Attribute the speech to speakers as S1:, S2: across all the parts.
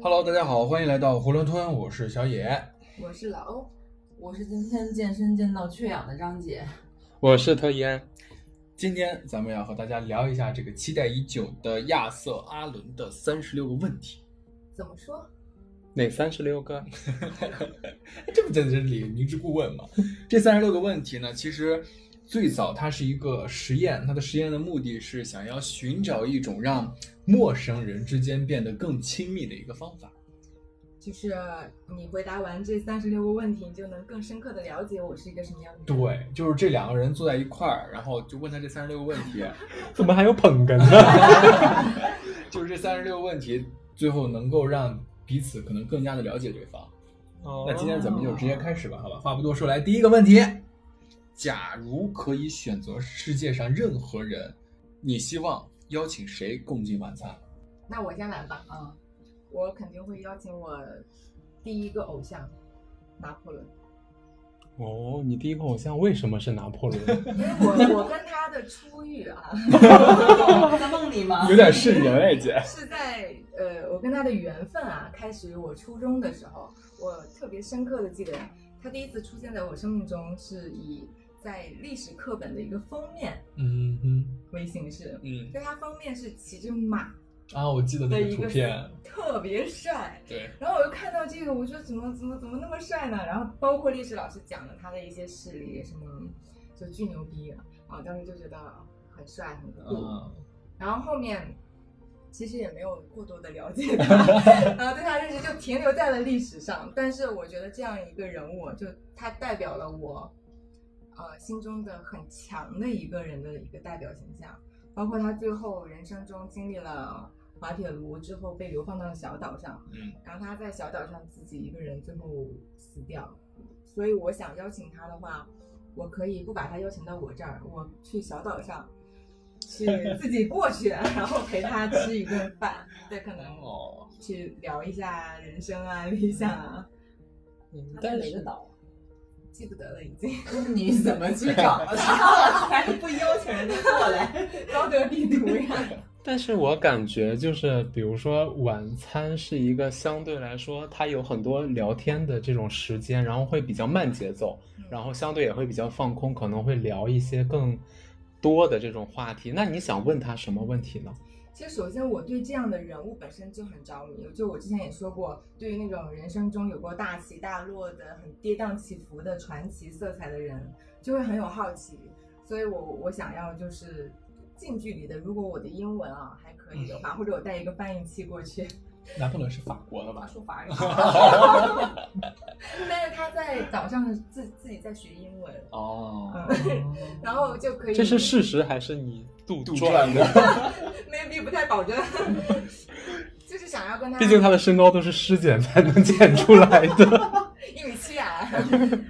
S1: Hello，大家好，欢迎来到囫囵吞，我是小野。
S2: 我是老欧，
S3: 我是今天健身健到缺氧的张姐，
S4: 我是特一安，
S1: 今天咱们要和大家聊一下这个期待已久的亚瑟·阿伦的三十六个问题。
S2: 怎么说？
S4: 哪三十六个？
S1: 这不真的是理明知故问吗？ 这三十六个问题呢，其实最早它是一个实验，它的实验的目的是想要寻找一种让陌生人之间变得更亲密的一个方法。
S2: 就是你回答完这三十六个问题，你就能更深刻的了解我是一个什么样的人。
S1: 对，就是这两个人坐在一块儿，然后就问他这三十六个问题，
S4: 怎么还有捧哏呢？
S1: 就是这三十六个问题，最后能够让彼此可能更加的了解对方。
S4: 哦
S1: 那今天咱们就直接开始吧，好吧？话不多说，来第一个问题：假如可以选择世界上任何人，你希望邀请谁共进 晚餐？
S2: 那我先来吧，
S3: 啊，
S2: 我肯定会邀请我第一个偶像拿破仑，
S4: 哦，你第一个偶像为什么是拿破仑？
S2: 因为我我跟他的初遇啊，
S3: 在梦里吗？
S1: 点瘆人哎，姐。
S2: 是在呃我跟他的缘分啊，开始我初中的时候，我特别深刻的记得他第一次出现在我生命中是以在历史课本的一个封面
S1: 嗯哼，
S2: 为形式，
S1: 嗯
S2: 就他封面是骑着马，
S1: 啊，我记得那个图片，
S2: 特别帅。
S1: 对，
S2: 然后我就看到这个，我说怎么怎么怎么那么帅呢？然后包括历史老师讲了他的一些事例，什么就巨牛逼啊！啊，当时就觉得很帅很酷。
S1: 嗯，
S2: 然后后面其实也没有过多的了解他，然后对他认识就停留在了历史上。但是我觉得这样一个人物，就他代表了我呃心中的很强的一个人的一个代表形象，包括他最后人生中经历了滑铁卢之后被流放到了小岛上。
S1: 嗯，
S2: 然后他在小岛上自己一个人最后死掉，所以我想邀请他的话，我可以不把他邀请到我这儿，我去小岛上，去自己过去， 然后陪他吃一顿饭，对，可能
S1: 哦，
S2: 去聊一下人生啊、 理想啊，
S4: 嗯
S3: 他在
S4: 但
S3: 哪个
S4: 是
S3: 岛？
S2: 记不得了已经，
S3: 你怎么 去找啊他？还不邀请人家过来？
S2: 高德地图呀，
S4: 但是我感觉就是，比如说晚餐是一个相对来说，它有很多聊天的这种时间，然后会比较慢节奏，然后相对也会比较放空，可能会聊一些更多的这种话题。那你想问他什么问题呢？
S2: 其实，首先我对这样的人物本身就很着迷。就我之前也说过，对于那种人生中有过大起大落的、很跌宕起伏的传奇色彩的人，就会很有好奇。所以我我想要就是近距离的，如果我的英文啊还可以的
S4: 嗯
S2: 话，或者我带一个翻译器过去，
S1: 拿破仑是法国的
S3: 他
S1: 吧？
S3: 说法语。
S2: 但是他在岛上自自己在学英文，
S1: 哦
S2: 嗯 然后就可以
S4: 这是事实还是你杜
S1: 杜
S4: 撰
S1: 撰
S4: 的？
S1: 的，
S2: maybe 不太保 证，就是想要跟他
S4: 毕竟他的身高都是尸检才能检出来的。
S2: 一米七啊，嗯，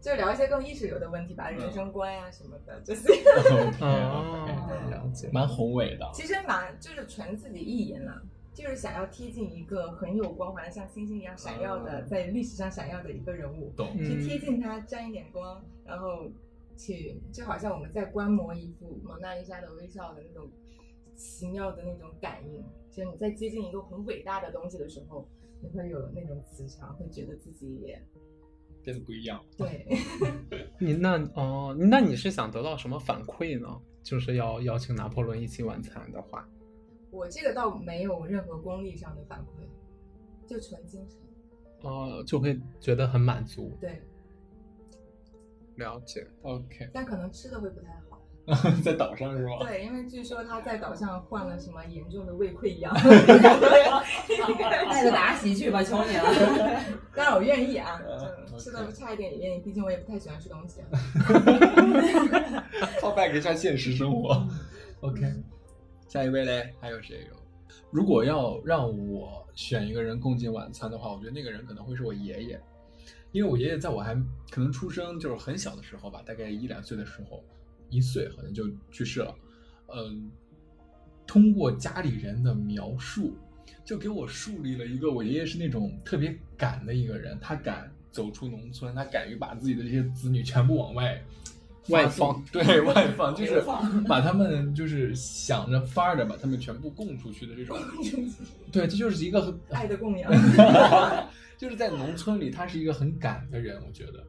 S2: 就聊一些更意识流的问题吧，人生观呀、什么的这些，
S4: 哦，了解。
S1: 蛮宏伟的。
S2: 其实蛮就是纯自己意淫了，就是想要贴近一个很有光环，像星星一样闪耀的，
S1: 嗯
S2: 在历史上闪耀的一个人物，
S1: 懂
S2: 去贴近他，沾一点光，然后去就好像我们在观摩一幅蒙娜丽莎的微笑的那种奇妙的那种感应，就是你在接近一个很伟大的东西的时候，你会有那种磁场，会觉得自己也
S1: 变得不一样。
S2: 对。
S4: 你那哦，那你是想得到什么反馈呢？就是要邀请拿破仑一起晚餐的话，
S2: 我这个倒没有任何功利上的反馈，就纯精神。
S4: 哦，就会觉得很满足。
S2: 对，
S4: 了解。
S1: OK，
S2: 但可能吃的会不太好。
S1: 在岛上是吗？
S2: 对，因为据说他在岛上患了什么严重的胃溃 疡。
S3: 带着达喜去吧，求你了。
S2: 当然我愿意啊，
S1: 嗯
S2: 就吃的差一点也愿意，毕竟我也不太喜欢吃东 西啊。
S1: 靠 back 一下现实生活。OK，下一位嘞，还有谁有？如果要让我选一个人共进晚餐的话，我觉得那个人可能会是我爷爷，因为我爷爷在我还可能出生就是很小的时候吧，大概一两岁的时候，一岁好像就去世了。嗯，通过家里人的描述，就给我树立了一个我爷爷是那种特别敢的一个人，他敢走出农村，他敢于把自己的这些子女全部往外外放，对外放，就是
S3: 流放
S1: 把他们就是想着法儿着把他们全部 供出去的这种，对，这就是一个很
S2: 爱的供养。
S1: 就是在农村里，他是一个很敢的人，我觉得，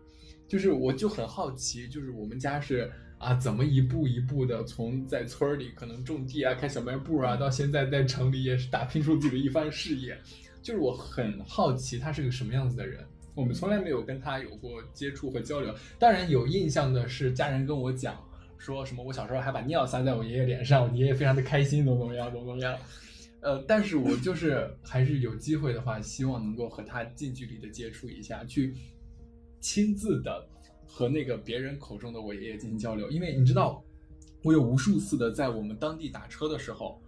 S1: 就是我就很好奇，就是我们家是啊，怎么一步一步的从在村儿里可能种地啊、开小卖部啊，到现在在城里也是打拼出自己的一番事业，就是我很好奇他是个什么样子的人。我们从来没有跟他有过接触和交流，当然有印象的是家人跟我讲说什么，我小时候还把尿撒在我爷爷脸上，我爷爷非常的开心，怎么怎么样，怎么怎么样。呃，但是我就是还是有机会的话，希望能够和他近距离的接触一下，去亲自的和那个别人口中的我爷爷进行交流。因为你知道，我有无数次的在我们当地打车的时候，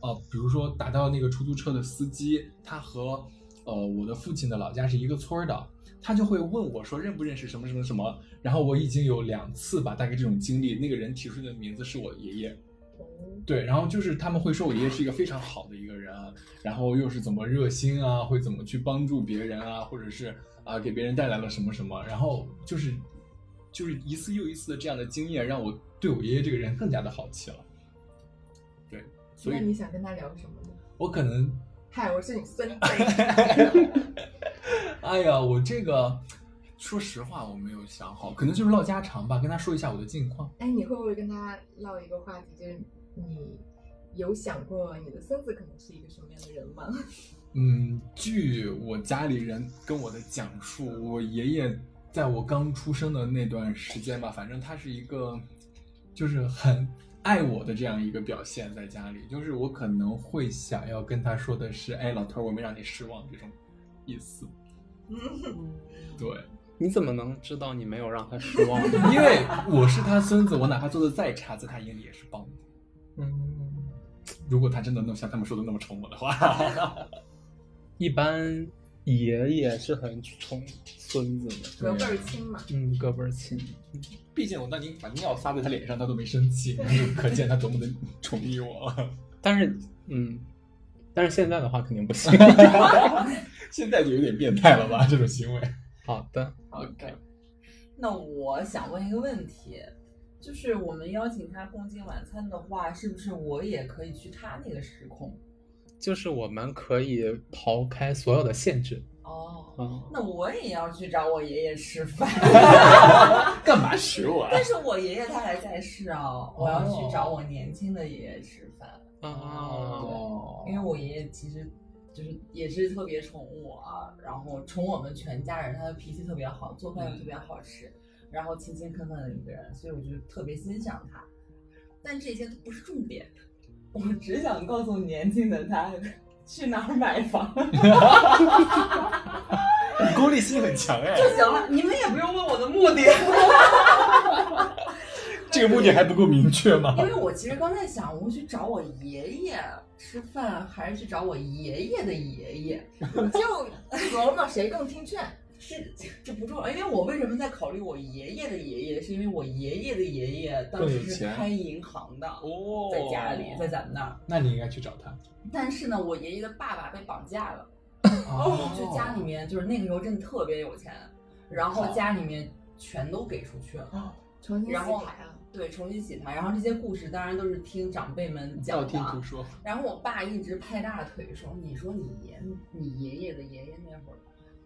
S1: 呃，比如说打到那个出租车的司机，他和呃我的父亲的老家是一个村儿的，他就会问我说认不认识什么什么什么。然后我已经有两次吧，大概这种经历，那个人提出的名字是我爷爷。对，然后就是他们会说我爷爷是一个非常好的一个人，啊然后又是怎么热心啊，会怎么去帮助别人啊，或者是啊给别人带来了什么什么，然后就是就是一次又一次的这样的经验，让我对我爷爷这个人更加的好奇了。对， 所
S2: 那
S1: 以
S2: 你想跟他聊什么呢？
S1: 我可能，
S2: 嗨，我是你 孙子。
S1: 哎呀，我这个说实话我没有想好，可能就是唠家常吧，跟他说一下我的近况。
S2: 哎，你会不会跟他唠一个话题？就是你有想过你的孙子可能是一个什么样的人吗？
S1: 嗯，据我家里人跟我的讲述，我爷爷在我刚出生的那段时间吧，反正他是一个，就是很爱我的这样一个表现，在家里，就是我可能会想要跟他说的是，哎，老头儿，我没让你失望这种意思。对，
S4: 你怎么能知道你没有让他失望呢？
S1: 因为我是他孙子，我哪怕做的再差，在他眼里也是棒的。
S4: 嗯，
S1: 如果他真的能像他们说的那么宠我的话，
S4: 一般爷爷是很宠孙子的，
S2: 隔辈儿亲嘛。
S4: 嗯，胳膊儿亲。
S1: 毕竟我当年把尿撒在他脸上，他都没生气，可见他多么的宠溺我。
S4: 但是，嗯，但是现在的话肯定不行。
S1: 现在就有点变态了 吧？这种行为。
S4: 好的，
S1: OK，
S3: 那我想问一个问题，就是我们邀请他共进晚餐的话，是不是我也可以去他那个时空？
S4: 就是我们可以抛开所有的限制
S3: 哦，
S4: 啊，
S3: 那我也要去找我爷爷吃饭，
S1: 干嘛学我啊
S3: 但是我爷爷他还在世啊，我要去找我年轻的爷爷吃饭，
S4: 啊，
S1: 哦
S3: 因为我爷爷其实就是也是特别宠我啊，然后宠我们全家人，他的脾气特别好，做饭又特别好吃，然后勤勤恳恳的一个人，所以我就特别欣赏他。但这些都不是重点，我只想告诉年轻的他去哪儿买房就
S1: 你功利心很强哎，
S3: 行了，你们也不用问我的目的。
S1: 这个目的还不够明确吗
S3: 因为我其实刚在想，我去找我爷爷吃饭，还是去找我爷爷的爷爷？
S2: 你就琢磨谁更听劝。
S3: 是这不重要，因为我为什么在考虑我爷爷的爷爷，是因为我爷爷的爷爷当时
S1: 更有
S3: 是
S1: 钱
S3: 开银行的，
S1: 哦
S3: 在家里，在咱们那儿。
S1: 那你应该去找他。
S3: 但是呢，我爷爷的爸爸被绑架了，
S1: 哦
S3: 就家里面就是那个时候真的特别有钱，然后
S1: 好哦
S3: 家里面全都给出去了，
S2: 重新洗
S3: 然后
S2: 牌 啊！
S3: 对，重新洗牌。然后这些故事当然都是听长辈们讲
S1: 道
S3: 的，啊
S1: 听途说，
S3: 然后我爸一直拍大腿说：“你说你爷，你爷爷的爷爷那会儿，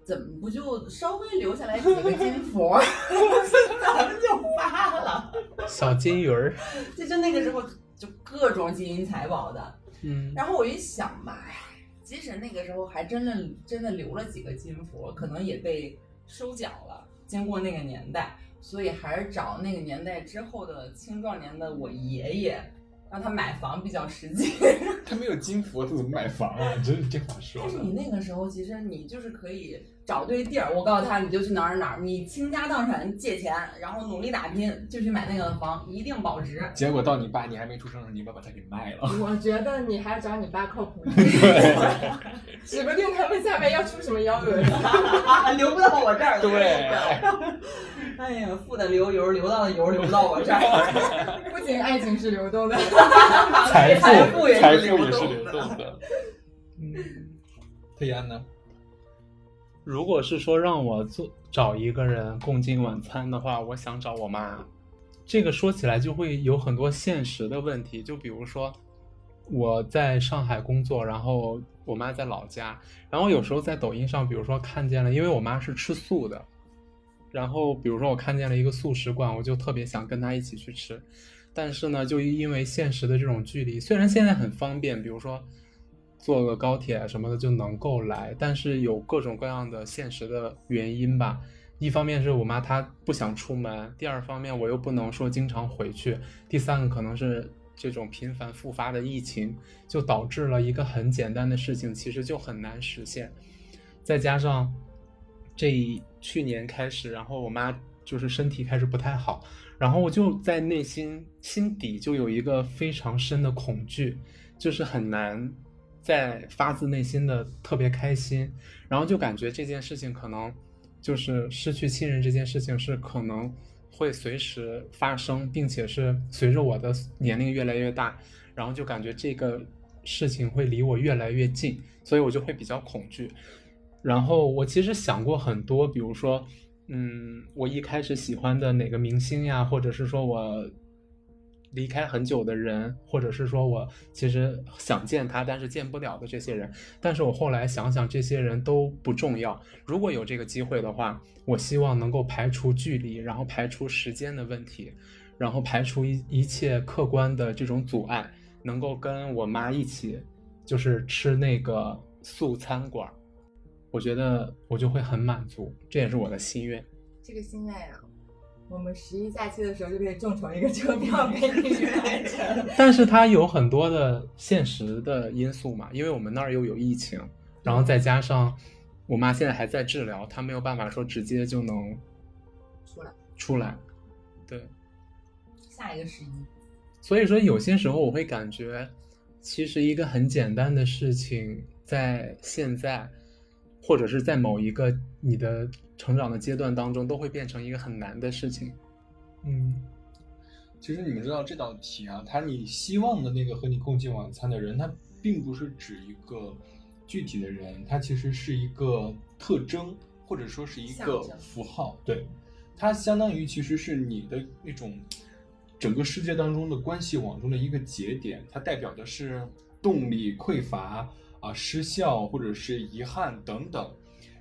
S3: 怎么不就稍微留下来几个金佛儿， 咱们就发了？
S4: 小金鱼儿，
S3: 这就那个时候就各种金银财宝的。
S4: 嗯，
S3: 然后我一想，妈呀，即使那个时候还真的真的留了几个金佛，可能也被收缴了。经过那个年代，所以还是找那个年代之后的青壮年的我爷爷，让他买房比较实际。”
S1: 他没有金佛，他怎么买房啊？真是这话说
S3: 但是你
S1: 的。
S3: 那个时候，其实你就是可以找对地儿。我告诉他，你就去哪儿哪儿，你倾家荡产借钱，然后努力打拼，就去买那个房，一定保值。
S1: 结果到你爸你还没出生的时候，你爸把他给卖了。
S2: 我觉得你还是找你爸靠 谱一点，指不定他们下面要出什么幺 蛾子。
S3: 留不到我这儿。
S1: 对，
S3: 哎呀，富的流油，流到的油，流不到我这儿。
S2: 不仅爱情是流 动的，
S1: 财
S3: 富
S1: 富
S3: 也是
S1: 财富
S3: 流
S1: 也是
S3: 动
S1: 流
S3: 的
S1: 动的。嗯 佩安呢？
S4: 如果是说让我做找一个人共进晚餐的话，我想找我妈。这个说起来就会有很多现实的问题，就比如说我在上海工作，然后我妈在老家，然后有时候在抖音上，比如说看见了，因为我妈是吃素的，然后比如说我看见了一个素食馆，我就特别想跟她一起去吃，但是呢，就因为现实的这种距离，虽然现在很方便，比如说坐个高铁啊什么的就能够来，但是有各种各样的现实的原因吧。一方面是我妈她不想出门，第二方面我又不能说经常回去，第三个可能是这种频繁复发的疫情，就导致了一个很简单的事情其实就很难实现。再加上这一去年开始，然后我妈就是身体开始不太好，然后我就在内心心底就有一个非常深的恐惧，就是很难再发自内心的特别开心，然后就感觉这件事情可能。就是失去亲人这件事情是可能会随时发生，并且是随着我的年龄越来越大，然后就感觉这个事情会离我越来越近，所以我就会比较恐惧。然后我其实想过很多，比如说，嗯，我一开始喜欢的哪个明星呀，或者是说我离开很久的人，或者是说我其实想见他，但是见不了的这些人，但是我后来想想，这些人都不重要。如果有这个机会的话，我希望能够排除距离，然后排除时间的问题，然后排除一一切客观的这种阻碍，能够跟我妈一起，就是吃那个素餐馆儿，我觉得我就会很满足，这也是我的心愿。
S2: 这个心愿呀、我们十一假期的时候就可以众筹一个车票给你去完成。
S4: 但是它有很多的现实的因素嘛，因为我们那儿又有疫情，然后再加上我妈现在还在治疗，她没有办法说直接就能
S2: 出来，
S4: 出来。对，
S3: 下一个十一，
S4: 所以说有些时候我会感觉，其实一个很简单的事情，在现在或者是在某一个你的成长的阶段当中，都会变成一个很难的事情。嗯，
S1: 其实你们知道这道题啊，它你希望的那个和你共进晚餐的人，他并不是指一个具体的人，他其实是一个特征，或者说是一个
S2: 象征
S1: 符号。对，它相当于其实是你的那种整个世界当中的关系网中的一个节点，它代表的是动力匮乏啊、失效或者是遗憾等等。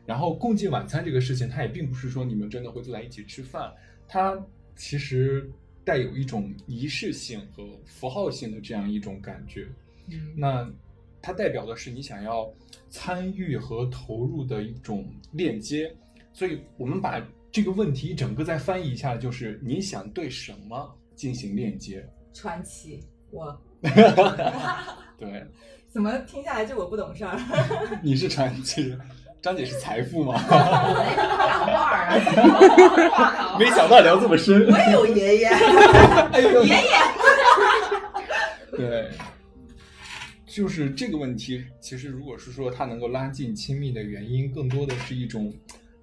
S1: 然后共进晚餐这个事情，它也并不是说你们真的会坐在一起吃饭，它其实带有一种仪式性和符号性的这样一种感觉。
S3: 嗯，
S1: 那它代表的是你想要参与和投入的一种链接。所以我们把这个问题整个再翻译一下，就是你想对什么进行链接？
S3: 传奇，我
S1: 对，
S2: 怎么听下来就我不懂事儿？
S1: 你是传奇，张姐是财富吗？
S3: 我那是挂画儿啊，
S1: 没想到聊这么深。
S3: 我也有爷爷，
S1: 哎呦，
S3: 爷爷，
S1: 对，就是这个问题，其实如果是说它能够拉近亲密的原因，更多的是一种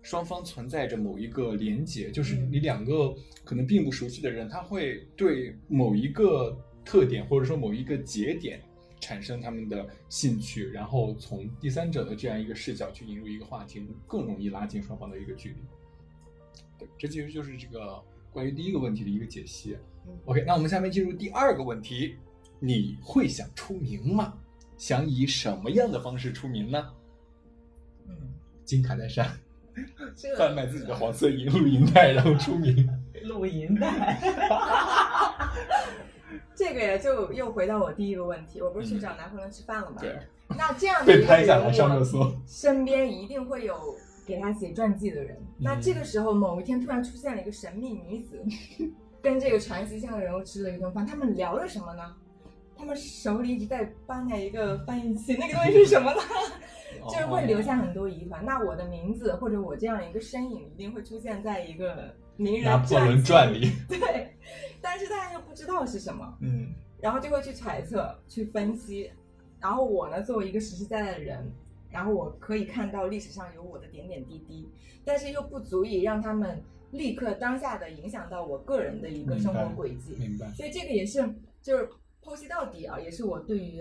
S1: 双方存在着某一个连结，就是
S2: 嗯
S1: 你两个可能并不熟悉的人，他会对某一个特点或者说某一个节点。产生他们的兴趣，然后从第三者的这样一个视角去引入一个话题，更容易拉近双方的一个距离。对，这其实就是这个关于第一个问题的一个解析。OK，那我啊们下面进入第二个问题：你会想出名吗？想以什么样的方式出名呢？
S2: 嗯，
S1: 金卡戴 珊
S2: 这
S1: 贩卖自己的黄色银录银带，然后出名。
S3: 录音带，
S2: 这个也就又回到我第一个问题，我不是去
S1: 嗯
S2: 找男朋友吃饭了吗？
S1: 对，
S2: 那这样的一
S1: 被
S2: 个
S1: 拍下
S2: 人
S1: 来
S2: 物
S1: 上热搜。
S2: 身边一定会有给他写传记的人。
S1: 嗯
S2: 那这个时候，某一天突然出现了一个神秘女子， 跟这个传奇性的人物吃了一顿饭，他们聊了什么呢？他们手里一直在搬着一个翻译器，那个东西是 什么呢？ 就是
S1: 哦
S2: 会留下很多疑团。那我的名字或者我这样一个身影，一定会出现在一个名
S1: 拿
S2: 人
S1: 破仑传
S2: 记
S1: 里。
S2: 对，但是大家又不知道是什么。
S1: 嗯
S2: 然后就会去揣测、去分析。然后我呢，作为一个实实在在的人，然后我可以看到历史上有我的点点滴滴，但是又不足以让他们立刻当下的影响到我个人的一个生活
S1: 嗯明白
S2: 轨迹。
S1: 明白。
S2: 所以这个也是就是剖析到底啊，也是我对于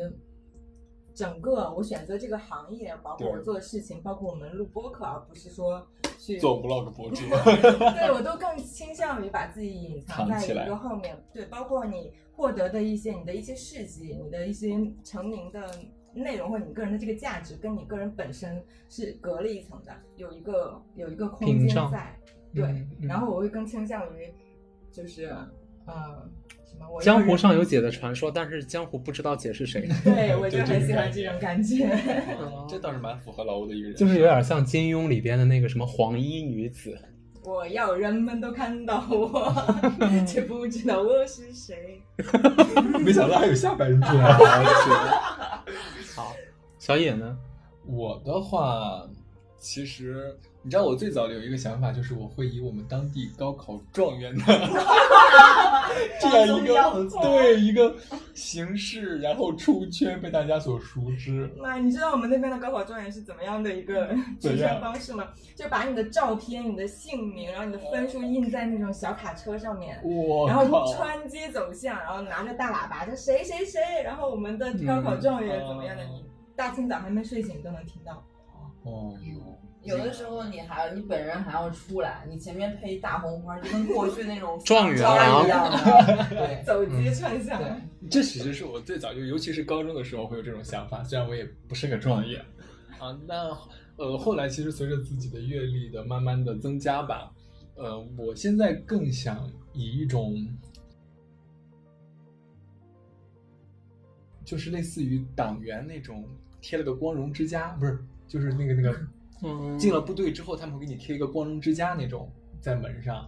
S2: 整个我选择这个行业，包括我
S1: 对
S2: 做的事情，包括我们录播客，而不是说去
S1: 做 vlog 博主，
S2: 对我都更倾向于把自己隐藏
S1: 藏
S2: 在
S1: 起来
S2: 一个后面。对，包括你获得的一些你的一些事迹，你的一些成名的内容，或者你个人的这个价值，跟你个人本身是隔了一层的，有一个有一个空
S4: 屏
S2: 间
S4: 障
S2: 在。对，
S4: 嗯嗯
S2: 然后我会更倾向于就是呃什么我一个
S4: 江湖
S2: 人
S4: 上有姐的传说，但是江湖不知道姐是谁，
S2: 对我就
S1: 对这
S2: 很
S1: 个
S2: 喜欢
S1: 感
S2: 这
S1: 觉
S2: 种感觉。
S1: 这倒是蛮符合老欧的一 个人设，
S4: 就是有点像金庸里边的那个什么黄衣女子。
S2: 我要人们都看到 我， 却不知道我是谁。
S1: 没想到还有下半句 啊！我去
S4: 小野呢？
S1: 我的话，其实你知道，我最早有一个想法，就是我会以我们当地高考状 元的这样一个对一个形式，然后出圈被大家所熟知。
S2: 妈，你知道我们那边的高考状元是怎么样的一个
S1: 怎
S2: 出
S1: 样
S2: 圈方式吗？就把你的照片、你的姓名，然后你的分数印在那种小卡车上面。
S1: 我
S2: 然后
S1: 靠！
S2: 穿街走巷，然后拿着大喇叭，这谁谁谁，然后我们的高考状元怎么样的，
S1: 嗯
S2: 你大清早还没睡醒都能听到。
S1: 哦呦，
S3: 有的时候你还你本人还要出来，你前面配大红花，就跟过去那种
S4: 状元郎
S3: 一 样的。对，
S2: 走街串巷，
S1: 这其实是我最早就，尤其是高中的时候会有这种想法，虽然我也不是个状元啊。那呃，后来其实随着自己的阅历的慢慢的增加吧，呃，我现在更想以一种，就是类似于党员那种贴了个光荣之家，不是，就是那个那个
S4: 嗯，
S1: 进了部队之后，他们会给你贴一个光荣之家那种在门上，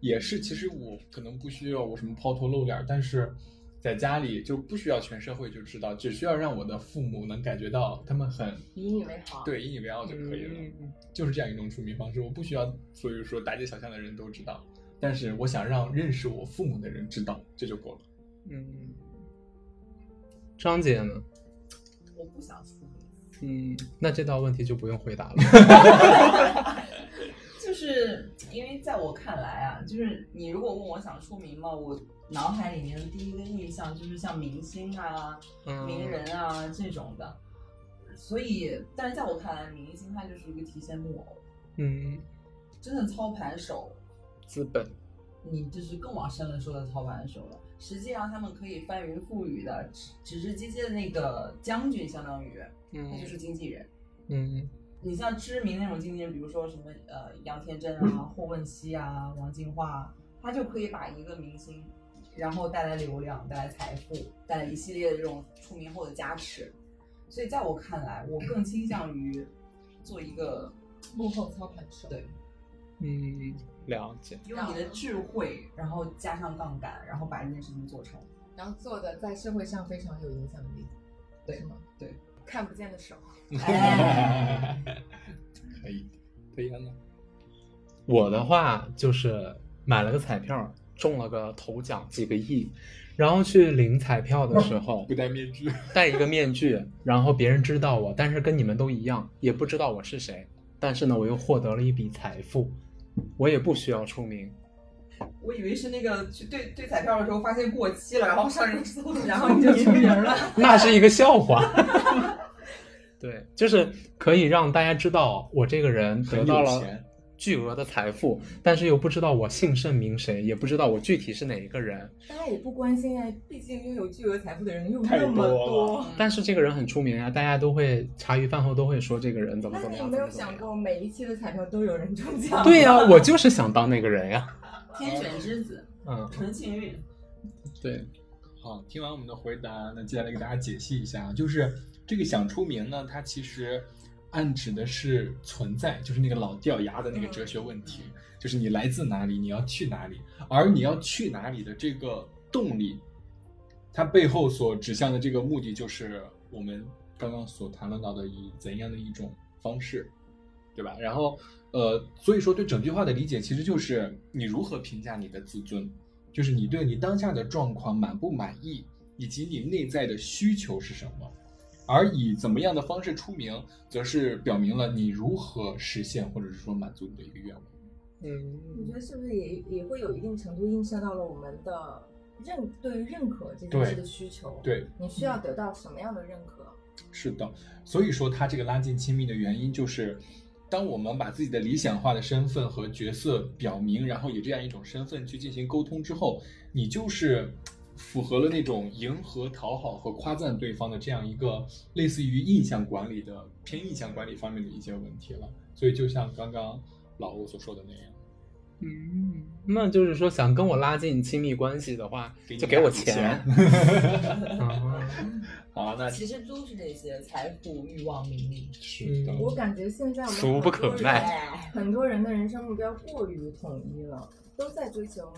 S1: 也是其实我可能不需要我什么抛头露脸儿，但是在家里就不需要全社会就知道，只需要让我的父母能感觉到他们很
S2: 以你为豪。
S1: 对引以为傲就可以了，
S4: 嗯嗯
S1: 就是这样一种处名方式。我不需要，所以说大街小巷的人都知道，但是我想让认识我父母的人知道，这就够了。
S4: 嗯，张姐呢？
S3: 我不想出名，
S4: 嗯，那这道问题就不用回答了。
S3: 就是因为在我看来啊，就是你如果问我想出名吗，我脑海里面的第一个印象就是像明星啊、
S4: 嗯
S3: 名人啊这种的。所以，但是在我看来，明星他就是一个提线木偶，
S4: 嗯，
S3: 真的操盘手，
S4: 资本。
S3: 你就是更往深了说的操盘手了。实际上，他们可以翻云覆雨的，只只是机械的那个将军，相当于
S4: 嗯
S3: 他就是经纪人。
S4: 嗯
S3: 你像知名那种经纪人，比如说什么呃杨天真啊、霍汶希啊、王静化啊，他就可以把一个明星，然后带来流量、带来财富、带来一系列的这种出名后的加持。所以在我看来，我更倾向于做一个
S2: 幕后操盘手。
S3: 对，
S4: 嗯，了解。
S3: 用你的智慧，然后加上杠杆，然后把这件事情做成。
S2: 然后做的在社会上非常有影响力，
S3: 对
S2: 是吗？
S3: 对，
S2: 看不见的手，
S3: 哎
S1: 可以，可以呢。
S4: 我的话就是买了个彩票，中了个头奖几个亿，然后去领彩票的时候
S1: 不戴面具，
S4: 戴一个面具，然后别人知道我，但是跟你们都一样，也不知道我是谁。但是呢，我又获得了一笔财富，我也不需要出名。
S3: 我以为是那个去兑兑彩票的时候发现过期了，然后上热 搜，然
S2: 然
S3: 后
S2: 后
S3: 你
S2: 你
S3: 就
S2: 就
S3: 出
S2: 出
S3: 名
S2: 名
S3: 了。
S2: 了。
S4: 那是一个笑 话。对，就是可以让大家知道我这个人得
S1: 很
S4: 到
S1: 有
S4: 了
S1: 钱
S4: 巨额的财富，但是又不知道我姓甚名谁，也不知道我具体是哪一个人。
S2: 大家也不关心啊，毕竟拥有巨额财富的人又
S1: 太
S2: 那么
S1: 多
S2: 多。
S4: 但是这个人很出名啊，大家都会茶余饭后都会说这个人怎么
S2: 那
S4: 怎么
S2: 你
S4: 样，
S2: 没
S4: 怎
S2: 有
S4: 么怎么
S2: 想
S4: 样。
S2: 过每一期的彩票都有人中奖？
S4: 对 呀、我就是想当那个人呀、
S3: 天选之子，
S4: 嗯，
S3: 纯幸运。
S4: 对，
S1: 好，听完我们的回答，那接下来给大家解析一下，啊就是这个想出名呢，它其实暗指的是存在，就是那个老掉牙的那个哲学问题，就是你来自哪里，你要去哪里，而你要去哪里的这个动力，它背后所指向的这个目的，就是我们刚刚所谈论到的以怎样的一种方式，对吧？然后，呃，所以说对整句话的理解，其实就是你如何评价你的自尊。就是你对你当下的状况满不满意，以及你内在的需求是什么。而以怎么样的方式出名，则是表明了你如何实现或者是说满足你的一个愿望。
S4: 嗯
S2: 你觉得是不是也也会有一定程度映射到了我们的认对于认可这件
S1: 对
S2: 事的需求，
S1: 对，
S2: 你需要得到什么样的认可？
S4: 嗯
S1: 是的，所以说他这个拉近亲密的原因就是，当我们把自己的理想化的身份和角色表明，然后以这样一种身份去进行沟通之后，你就是符合了那种迎合、讨好和夸赞对方的这样一个类似于印象管理的偏印象管理方面的一些问题了。所以就像刚刚老欧所说的那样，
S4: 嗯，那就是说，想跟我拉近亲密关系的话，
S1: 给你
S4: 就给我
S1: 打钱
S4: 钱。 啊，
S1: 好，那
S3: 其实都 是这些财富、欲望、名利。
S1: 是的，
S2: 我感觉现在我们
S4: 俗不
S2: 很多
S4: 可
S2: 人
S4: 耐
S3: 哎，
S2: 很多人的人生目标过于统一了，都在追求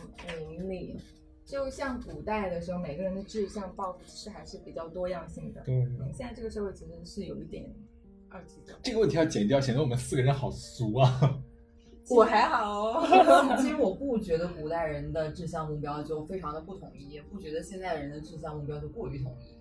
S2: 名利。就像古代的时候，每个人的志向抱负是还是比较多样性的。
S1: 对。
S2: 嗯，现在这个社会其实是有一点二极的。
S1: 这个问题要剪掉，显得我们四个人好俗啊！
S2: 我还好哦，
S3: 其实我不觉得古代人的志向目标就非常的不统一，也不觉得现代人的志向目标就过于统一。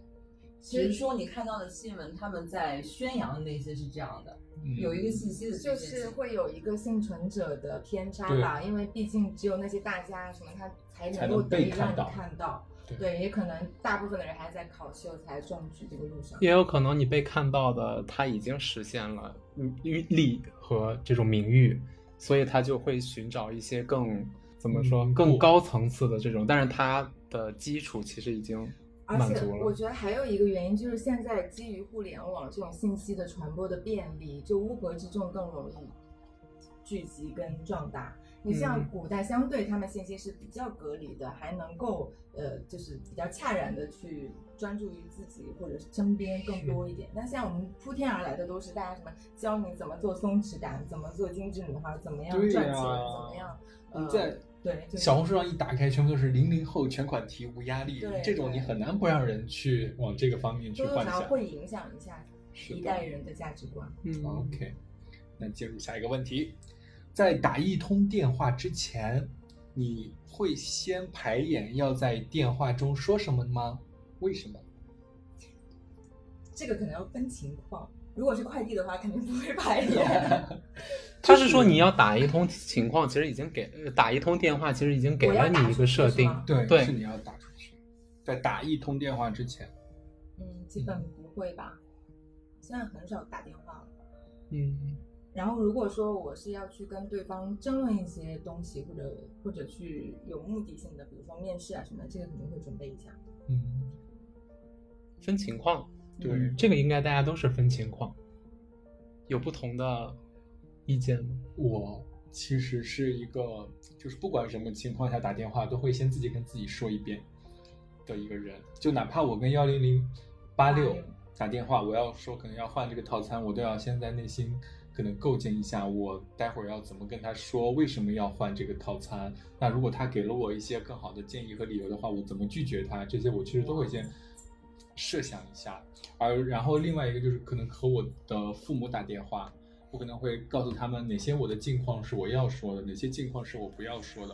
S3: 只是说你看到的新闻，他们在宣扬的那些是这样的，有一个信息的
S2: 嗯就
S3: 局限
S2: 是
S3: 性
S2: 会有一个幸存者的偏差吧，因为毕竟只有那些大家什么，他才
S1: 才
S2: 能
S1: 能
S2: 够得
S1: 被
S2: 以让
S1: 看
S2: 你
S1: 到
S2: 看到。
S1: 对
S2: 对，也可能大部分的人还在考秀才壮举这个路上。
S4: 也有可能你被看到的，他已经实现了利和这种名誉，所以他就会寻找一些更怎么说
S1: 嗯
S4: 更
S1: 不
S4: 高层次的这种，但是他的基础其实已经
S2: 而
S4: 满
S2: 且
S4: 足
S2: 我
S4: 了。
S2: 觉得还有一个原因就是现在基于互联网这种信息的传播的便利，就乌合之众更容易聚集跟壮大。你像
S4: 嗯
S2: 古代，相对他们信息是比较隔离的，还能够呃，就是比较恰然的去专注于自己或者是身边更多一点。但现在我们铺天而来的都是大家什么教你怎么做松弛感，怎么做精致女孩，怎么样
S1: 对
S2: 赚钱，
S1: 呀
S2: 怎么样呃
S1: 你在
S2: 对就是
S1: 小红书上一打开，全部都是零零后全款提无压力
S2: 对，
S1: 这种你
S2: 对
S1: 很难不让人去往这个方面去
S2: 多多
S1: 幻
S2: 少
S1: 想
S2: 少。会影响一下
S1: 是
S2: 一
S1: 的
S2: 代人的价值观。
S4: 嗯，
S1: 哦 OK，那进入下一个问题，在打一通电话之前，你会先排演要在电话中说什么吗？为什么？
S2: 这个可能要分情况。如果是快递的话，肯定不会排 演。
S4: 他是说你要打一通情况，其实已经给呃打一通电话，其实已经给
S2: 我要
S4: 了
S2: 打
S4: 你一
S2: 出
S4: 个
S2: 去
S4: 设
S2: 是
S4: 定
S2: 吗。
S1: 对，
S4: 对
S1: 是你要打出去，在打一通电话之前，
S2: 嗯，基本不会吧。现在很少打电话了。
S4: 嗯，
S2: 然后如果说我是要去跟对方争论一些东西，或者或者去有目的性的，比如说面试啊什么的，这个肯定会准备一下。
S1: 嗯，
S4: 分情况，
S1: 对，
S2: 嗯
S4: 这个应该大家都是分情况，有不同的意见吗？
S1: 我其实是一个，就是不管什么情况下打电话，都会先自己跟自己说一遍的一个人。就哪怕我跟幺零零八六
S2: 86
S1: 打电话，我要说可能要换这个套餐，我都要先在内心可能构建一下，我待会儿要怎么跟他说，为什么要换这个套餐。那如果他给了我一些更好的建议和理由的话，我怎么拒绝他？这些我其实都会先设想一下。而然后另外一个就是可能和我的父母打电话，我可能会告诉他们哪些我的近况是我要说的，哪些近况是我不要说的，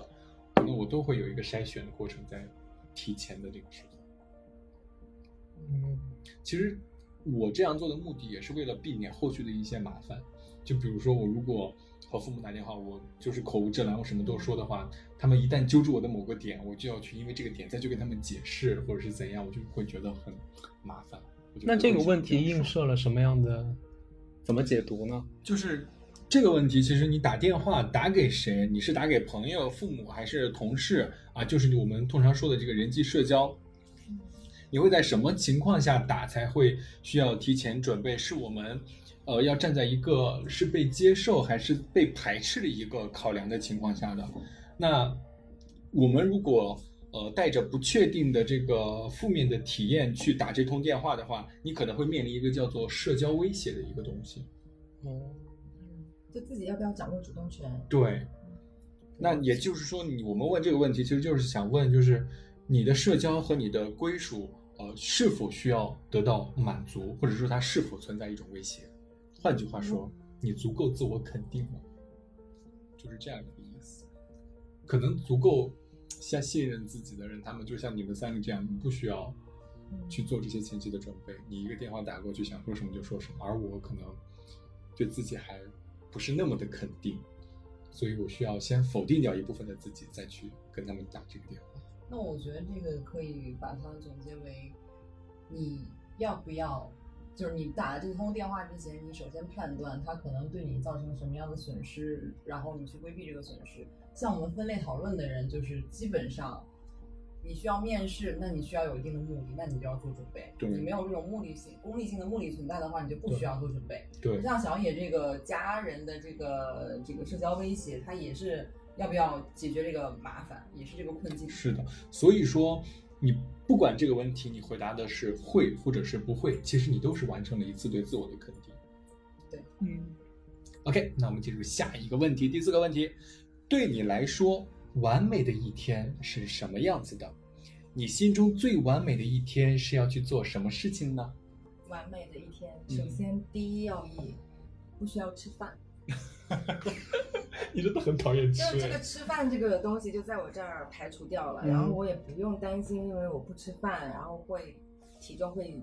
S1: 可能我都会有一个筛选的过程在提前的这个时候。
S4: 嗯，
S1: 其实我这样做的目的也是为了避免后续的一些麻烦，就比如说我如果和父母打电话，我就是口无遮拦，我什么都说的话，他们一旦揪住我的某个点，我就要去因为这个点再去跟他们解释或者是怎样，我就会觉得很麻烦。我就
S4: 那
S1: 不
S4: 这
S1: 会
S4: 个
S1: 想
S4: 问
S1: 这
S4: 题
S1: 样
S4: 映
S1: 说
S4: 射了什么样的？怎么解读呢？
S1: 就是这个问题，其实你打电话打给谁，你是打给朋友、父母还是同事啊？就是我们通常说的这个人际社交。你会在什么情况下打才会需要提前准备？是我们，呃，要站在一个是被接受还是被排斥的一个考量的情况下的。那我们如果呃带着不确定的这个负面的体验去打这通电话的话，你可能会面临一个叫做社交威胁的一个东西。
S4: 哦，
S2: 就自己要不要掌握主动权？
S1: 对，那也就是说你，我们问这个问题，其实就是想问，就是你的社交和你的归属，呃，是否需要得到满足，或者说它是否存在一种威胁？换句话说，你足够自我肯定吗？就是这样一个意思。可能足够像信任自己的人，他们就像你们三个这样，你不需要去做这些前期的准备，你一个电话打过去，想说什么就说什么。而我可能对自己还不是那么的肯定，所以我需要先否定掉一部分的自己，再去跟他们打这个电话。
S3: 那我觉得这个可以把它总结为，你要不要，就是你打这通电话之前，你首先判断它可能对你造成什么样的损失，然后你去规避这个损失。像我们分类讨论的人，就是基本上。你需要面试，那你需要有一定的目的，那你就要做准备。
S1: 对
S3: 你没有这种目的性、功利性的目的存在的话，你就不需要做准备。
S1: 对
S3: 像小野这个家人的这个这个社交威胁，他也是要不要解决这个麻烦，也是这个困境。
S1: 是的，所以说你不管这个问题，你回答的是会或者是不会，其实你都是完成了一次对自我的肯定。
S3: 对，
S1: 嗯。OK，那我们进入下一个问题，第四个问题，对你来说，完美的一天是什么样子的？你心中最完美的一天是要去做什么事情呢？
S2: 完美的一天，
S1: 嗯
S2: 首先第一要义，不需要吃饭。
S1: 你真的很讨厌
S2: 就是这个吃饭这个东西就在我这儿排除掉了，
S1: 嗯
S2: 然后我也不用担心，因为我不吃饭，然后会体重会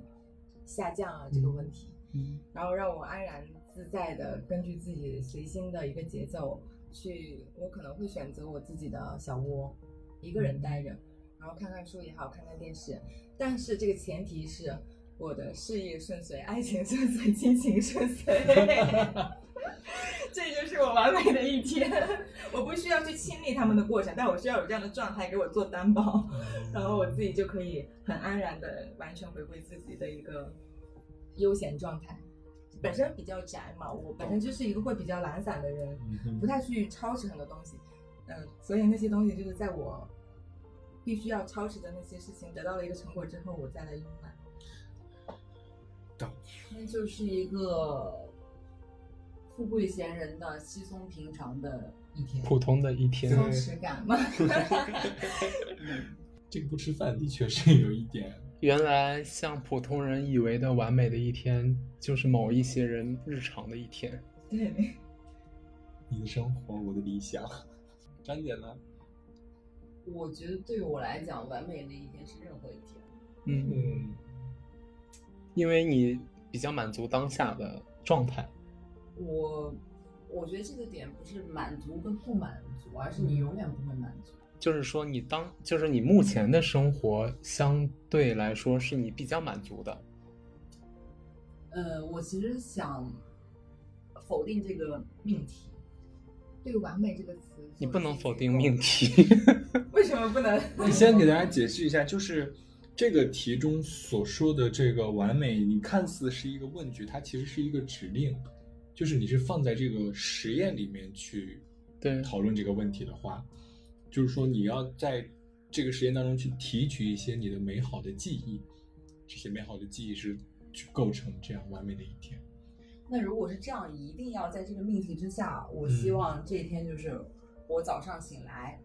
S2: 下降啊这个问题，
S1: 嗯
S2: 然后让我安然自在的根据自己随心的一个节奏去，我可能会选择我自己的小窝，一个人
S1: 嗯
S2: 待着，然后看看书也好，看看电视，但是这个前提是我的事业顺遂，爱情顺遂，亲情顺遂。 这就是我完美的一天， 我不需要去亲历他们的过程，但我需要有这样的状态给我做担保，
S1: 哎
S2: 然后我自己就可以很安然的完全回归自己的一个悠闲状态。本身比较宅嘛，我本身就是一个会比较懒散的人，
S1: 嗯
S2: 不太去超市很多东西，嗯，所以那些东西就是在我必须要超市的那些事情得到了一个成果之后，我再来用它。
S3: 那就是一个富贵闲人的稀松平常的一天，
S4: 普通的一天。
S1: 对
S2: 松弛感嘛，
S1: 这个不吃饭的确是有一点，
S4: 原来像普通人以为的完美的一天，就是某一些人日常的一天。
S2: 对，
S1: 你的生活，我的理想。 张姐呢？
S3: 我觉得对我来讲，完美的一天是任何一天。
S4: 嗯，
S1: 嗯，
S4: 因为你比较满足当下的状态。
S3: 我我觉得这个点不是满足跟不满足，而是你
S1: 嗯
S3: 永远不会满足。
S4: 就是说，你当就是你目前的生活相对来说是你比较满足的，
S3: 呃，我其实想否定这个命题，
S2: 对“完美”这个词，
S4: 你不能否定命。题。
S2: 为什么不能？
S1: 你先给大家解释一下，就是这个题中所说的这个完美，你看似是一个问句，它其实是一个指令，就是你是放在这个实验里面去
S4: 对
S1: 讨论这个问题的话，就是说你要在这个实验当中去提取一些你的美好的记忆，这些美好的记忆是去构成这样完美的一天。
S3: 那如果是这样，一定要在这个命题之下，我
S1: 嗯
S3: 希望这一天就是我早上醒来，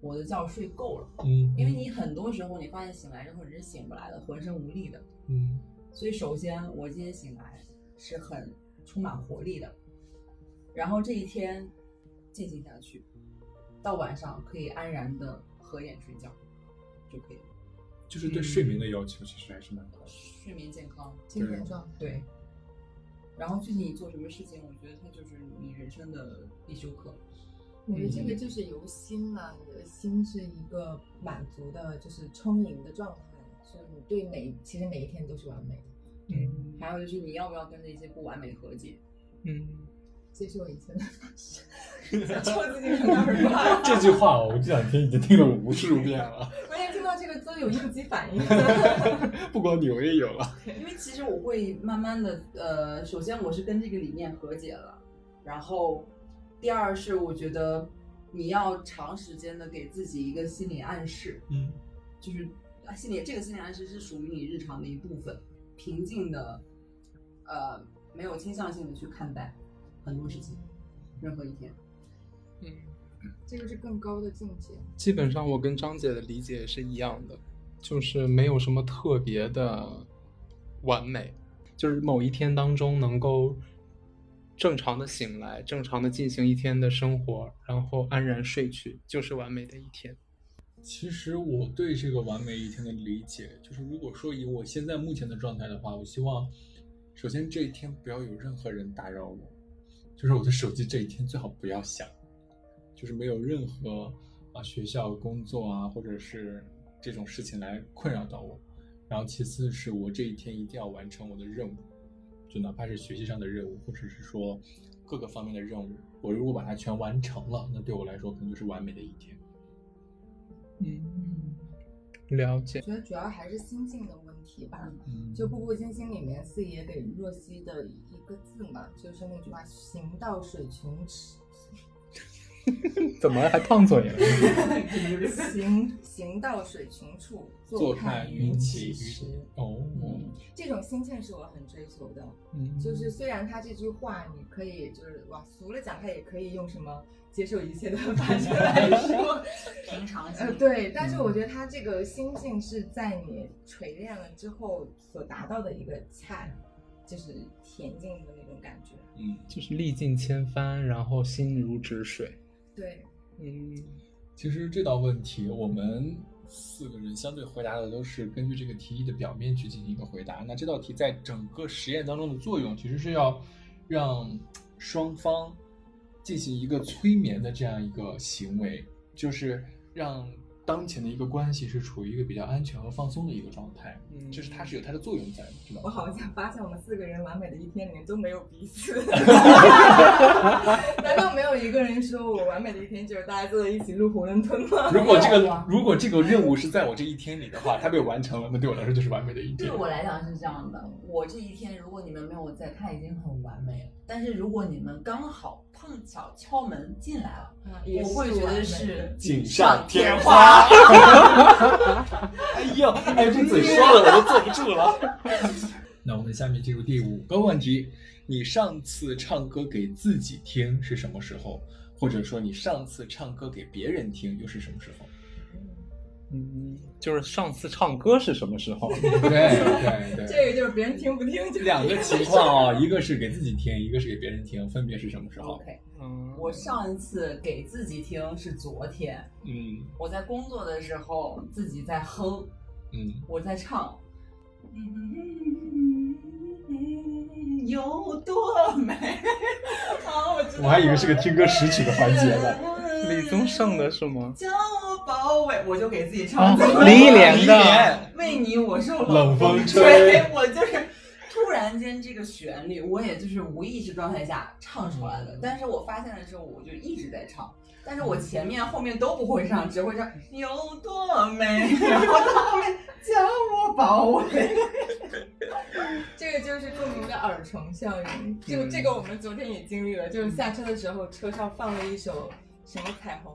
S3: 我的觉睡够了。
S1: 嗯
S3: 因为你很多时候你发现醒来之后你是醒不来的，浑身无力的。
S1: 嗯
S3: 所以首先我今天醒来是很充满活力的，然后这一天进行下去，到晚上可以安然的合眼睡觉就可以了。
S1: 就是对睡眠的要求其实还是蛮高的。
S3: 睡眠健康，
S2: 精神状态。
S3: 对。然后具体你做什么事情，我觉得它就是你人生的必修课。
S2: 我觉得
S1: 嗯
S2: 这个就是由心了、你的心是一个满足的，就是充盈的状态，所以你对每其实每一天都是完美的，
S4: 嗯
S3: 还有就是你要不要跟那些不完美和解？
S4: 嗯，
S2: 接受一切的发生，想抽自己很大 耳 光。
S1: 这句话我这两天已经听了无数遍了，
S2: 我也听到这个都有应激反应。
S1: 不光你，我也有了。
S3: 因为其实我会慢慢的，呃，首先我是跟这个理念和解了，然后第二是我觉得你要长时间的给自己一个心理暗示，
S1: 嗯
S3: 就是啊心理这个心理暗示是属于你日常的一部分，平静的，呃，没有倾向性的去看待很多事情，任何一天。
S2: 这个是更高的境界，
S4: 嗯基本上我跟张姐的理解也是一样的，就是没有什么特别的完美，就是某一天当中能够正常的醒来，正常的进行一天的生活，然后安然睡去，就是完美的一天。
S1: 其实我对这个完美一天的理解，就是如果说以我现在目前的状态的话，我希望首先这一天不要有任何人打扰我，就是我的手机这一天最好不要响，就是没有任何啊学校、工作啊，或者是这种事情来困扰到我。然后其次是我这一天一定要完成我的任务，就哪怕是学习上的任务，或者是说各个方面的任务，我如果把它全完成了，那对我来说可能就是完美的一天。嗯
S3: 嗯，
S4: 了
S2: 我
S4: 解。
S2: 觉得主要还是心境的问题吧。
S1: 嗯
S2: 就《步步惊心》里面四爷给若曦的一个字嘛，就是那句话“行到水穷 吃
S4: 怎么还烫嘴了？
S2: 行行到水穷处，
S1: 坐
S2: 看
S1: 看云
S2: 起
S1: 起时哦，
S2: 嗯，这种心境是我很追求的。
S1: 嗯
S2: 就是虽然他这句话，你可以就是往俗了讲，他也可以用什么接受一切的法则来 说，
S3: 平常心
S2: 呃，，对。但
S1: 嗯
S2: 是我觉得他这个心境是在你锤炼了之后所达到的一个恰，就是恬静的那种感觉。
S1: 嗯，
S4: 就是历尽千帆，然后心如止水。
S2: 对，
S4: 嗯，
S1: 其实这道问题，我们四个人相对回答的都是根据这个题意的表面去进行一个回答。那这道题在整个实验当中的作用，其实是要让双方进行一个催眠的这样一个行为，就是让当前的一个关系是处于一个比较安全和放松的一个状态。
S4: 嗯
S1: 就是它是有它的作用在的，知道
S2: 我
S1: 吗？
S2: 好像发现我们四个人完美的一天里面都没有彼此， 难道没有一个人说我完美的一天就是大家坐在一起录囫囵吞吗？
S1: 如果这
S2: 啊
S1: 个如果这个任务是在我这一天里的话，它被完成了，那对我来说就是完美的一天
S3: 对。我来讲是这样的，我这一天如果你们没有在，他已经很完美了。但是如果你们刚好碰巧敲门进来了，
S2: 啊也
S3: 我
S2: 是
S3: 会觉
S2: 完美
S3: 得
S2: 的
S3: 是
S1: 锦
S3: 上
S1: 上
S3: 添
S1: 添
S3: 花
S1: 花。哎呦，哎，这嘴说的我都坐不住了。 那我们下面进入第五个问题：你上次唱歌给自己听是什么时候？或者说你上次唱歌给别人听又是什么时候？
S4: 嗯，就是上次唱歌是什么时候？
S1: 对对对，
S2: 这个就是别人听不听就是
S1: 两个情况哦，一个是给自己听，一个是给别人听，分别是什么时候？
S3: OK，
S4: 嗯，
S3: 我上一次给自己听是昨天，
S1: 嗯
S3: 我在工作的时候自己在哼，
S1: 嗯，
S3: 我在唱。嗯，有多美 啊！我知道
S1: 我还以为是个听歌识曲的环节呢。
S3: 了
S4: 李宗盛的是吗？
S3: 将我包围，我就给自己
S4: 啊
S3: 唱自己
S4: 林忆莲
S1: 一
S4: 的
S1: 年
S3: 为你我受
S1: 冷风
S3: 风
S1: 吹，
S3: 我就是突然间这个旋律，我也就是无意识状态下唱出来
S1: 嗯
S3: 的。但是我发现了之后，我就一直在唱，但是我前面后面都不会唱，只会唱有多美，然后到后面将我包围。
S2: 这个就是著名的耳虫效应。就这个我们昨天也经历了，就是下车的时候车上放了一首什么彩虹，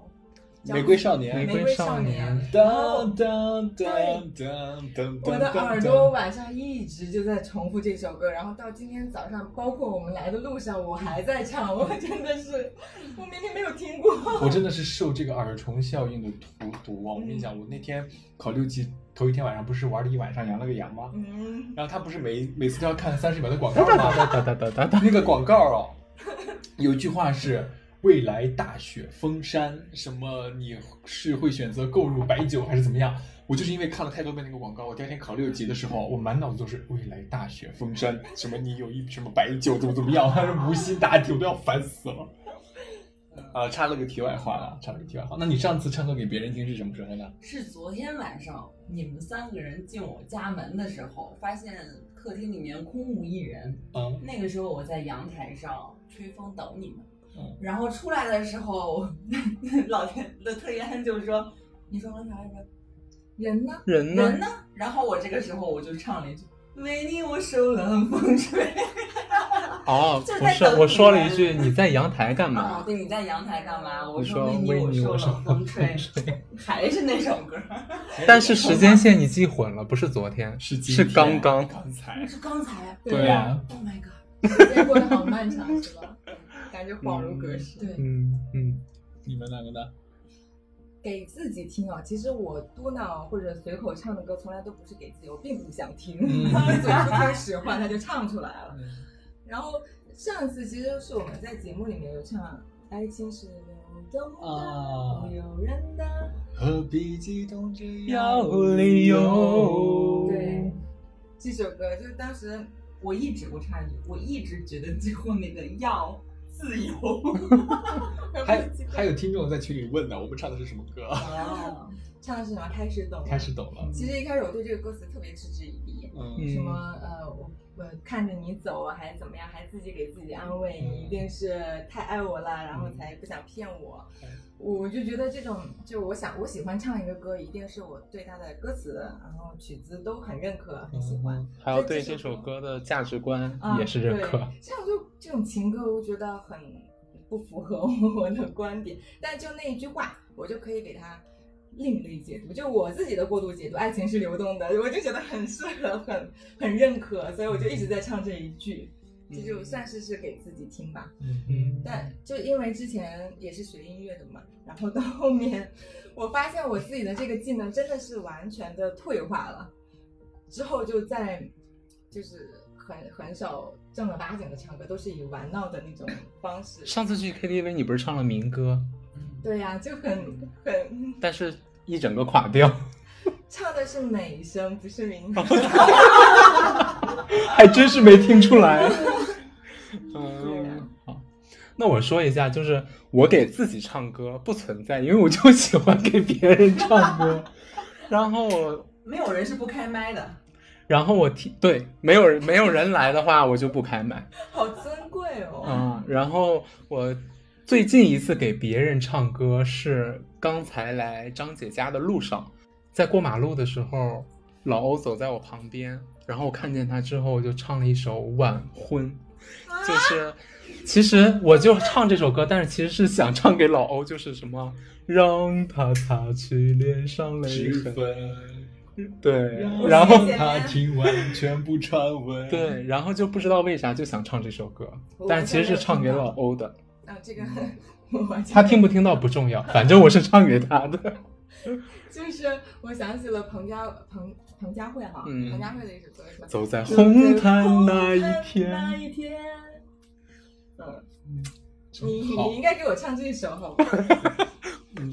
S2: 叫
S1: 玫瑰少年
S4: 玫
S2: 玫
S4: 瑰
S2: 瑰
S4: 少
S2: 少
S4: 年
S2: 年。
S1: 当当当当当
S2: 哦我的耳朵晚上一直就在重复这首歌，然后到今天早上，包括我们来的路上，我还在唱。我真的是，我明明没有听过。
S1: 我真的是受这个耳虫效应的荼毒啊！我跟你讲，我那天考六级头一天晚上不是玩了一晚上羊了个羊吗？
S2: 嗯，
S1: 然后他不是每每次都要看三十秒的广告
S4: 哒哒哒
S1: 吗？
S4: 哒哒哒 哒哒。
S1: 那个广告哦，有句话是“未来大雪封山”，什么你是会选择购入白酒还是怎么样？我就是因为看了太多遍那个广告，我第二天考六级的时候，我满脑子都是“未来大雪封山”，什么你有一什么白酒怎么怎么样，还 是无心答题，我都要烦死了。啊，插了个题外话啊，插了个题外话。那你上次唱歌给别人听是什么时候呢？
S3: 是昨天晚上你们三个人进我家门的时候，发现客厅里面空无一人。
S1: 嗯，
S3: 那个时候我在阳台上吹风等你们，
S1: 嗯
S3: 然后出来的时候， 老天的特别安就说：“你说我啥来着？
S2: 人呢？
S4: 人呢？
S3: 人呢？”然后我这个时候我就唱了一句：“为你我受冷风吹。
S4: 哦，
S3: 就是
S4: 不
S3: 在
S4: 是
S3: 等，你
S4: 我说了一
S3: 们
S4: 句你在阳台 干”
S3: 啊，
S4: 嘛？
S3: 对，你在阳台干嘛？我
S4: 你说
S3: 为
S4: 为你
S3: 我
S4: 我受
S3: 冷风吹
S4: 冷，
S3: 还是那首歌。
S4: 但是时间线你记混了，不是昨天，
S1: 是今
S4: 是
S1: 天
S4: 刚刚。
S1: 刚才。
S3: 是刚才。
S1: 对呀、
S3: Oh my god！
S2: 时间过得好漫长，是吧？感觉恍如隔世。
S3: 对，
S4: 嗯嗯，
S1: 你们两个呢？
S2: 给自己听啊，其实我嘟囔或者随口唱的歌，从来都不是给自己，我并不想听，
S1: 嗯
S2: 嘴不听使唤，它就唱出来了。 然后上次其实是我们在节目里面有唱《爱情是流动的，
S1: 啊
S2: 没有人的》。
S1: 何必激动？只
S2: 对，这首歌就是当时
S3: 我一直我插一句，我一直觉得最后那个要自 由。
S1: 还有还有听众在群里问呢，我们唱的是什么歌？
S3: 啊，
S2: 唱的是什么？开始懂了。
S1: 开始懂了，
S2: 其实一开始我对这个歌词特别嗤之以鼻，
S1: 嗯，
S2: 什么呃，我我看着你走啊，还是怎么样，还自己给自己安慰，
S1: 嗯
S2: 你一定是太爱我了，然后才不想骗我。
S1: 嗯
S2: 我就觉得这种，就我想我喜欢唱一个歌，一定是我对它的歌词，然后曲子都很认可，很喜欢。
S1: 嗯
S4: 还有对这首歌的价值观
S2: 啊，
S4: 也是认可。
S2: 对这样就这种情歌，我觉得很不符合我的观点。但就那一句话，我就可以给它另类解读，就我自己的过度解读。爱情是流动的，我就觉得很适合，很很认可，所以我就一直在唱这一句。这
S4: 嗯
S2: 就算是是给自己听吧，
S1: 嗯
S2: 但就因为之前也是学音乐的嘛， 然后到后面，我发现我自己的这个技能真的是完全的退化了，之后就在就是很很少正儿八经的唱歌，都是以玩闹的那种方 式。
S4: 上次去 KTV 你不是唱了民歌，
S2: 对呀、就很很
S4: 但是一整个垮掉，
S2: 唱的是美声，不是 民歌。
S4: 还真是没听出来。
S2: 对
S4: 嗯
S2: 啊，
S4: 好，那我说一下，就是我给自己唱歌不存在，因为我 就喜欢给别人唱歌。然后我，
S3: 没有人是不开麦的。
S4: 然后我听，对，没有人没有人来的话，我就不开麦。
S2: 好尊贵哦。
S4: 嗯，然后我最近一次给别人唱歌是刚才来张姐家的路上，在过马路的时候，老欧走在我旁边，然后我看见他之后，我就唱了一首《晚婚》，
S2: 啊
S4: 就是其实我就唱这首歌，但是其实是想唱给老欧，就是什么让他擦去脸上泪
S1: 十
S4: 痕，
S1: 分，
S4: 对，然后
S2: 谢谢
S1: 他听完全部传闻，
S4: 对，然后就不知道为啥就想唱这首歌
S2: 我，
S4: 但其实是唱给老欧的。
S2: 那、这个 我完全
S4: 他听不听到不重要，反正我是唱给他的。
S2: 就是我想起了彭佳彭彭佳慧哈，
S4: 嗯
S2: 彭佳慧的一首歌是吧？
S4: 走在红毯那一
S2: 那
S4: 天，
S2: 一天，嗯，
S1: 真
S2: 你
S1: 好
S2: 你应该给我唱这首好不好？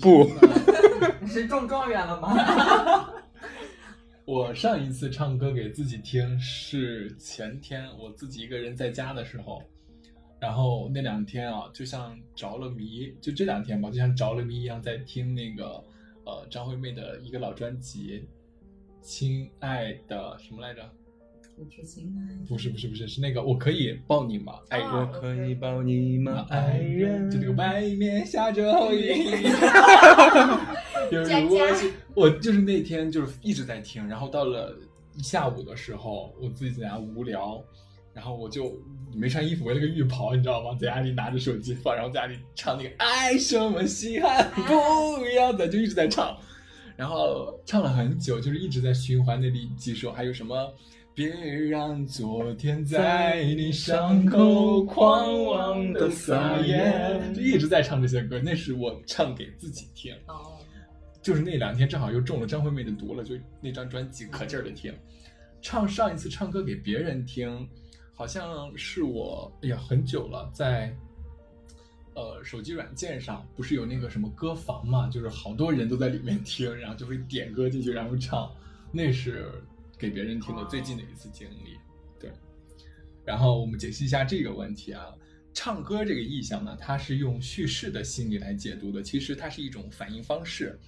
S4: 不，
S3: 你是中状元了吗？
S1: 我上一次唱歌给自己听是前天，我自己一个人在家的时候，然后那两天啊，就像着了迷，就这两天吧，就像着了迷一样，在听那个呃张惠妹的一个老专辑《亲爱的》什么来着？
S3: 我说亲爱
S1: 不是不是不是，是那个我可以抱你吗？爱
S2: 啊
S1: 人。
S4: 哎我可以抱你吗，爱
S1: 爱
S4: 人？
S1: 人，就那个外面下着 雨，就是
S2: 佳
S1: 我
S2: 佳
S1: 我就是那天就是一直在听，然后到了一下午的时候，我自己在家无聊，然后我就没穿衣服，围了个浴袍，你知道吗？在家里拿着手机放，然后在家里唱那个爱什么稀罕，不要的，就一直在唱，然后唱了很久，就是一直在循环那里几首，还有什么。别让昨天在你伤口狂妄的撒野，就一直在唱这些歌，那是我唱给自己听。
S2: 哦，
S1: 就是那两天正好又中了张惠妹的毒了，就那张专辑可劲儿的听。唱上一次唱歌给别人听，好像是我哎呀很久了，在呃手机软件上不是有那个什么歌房嘛，就是好多人都在里面听，然后就会点歌进去，然后唱，那是给别人听的最近的一次经历。对，然后我们解析一下这个问题啊，唱歌这个意象呢，它是用叙事的心理来解读的，其实它是一种反应方式。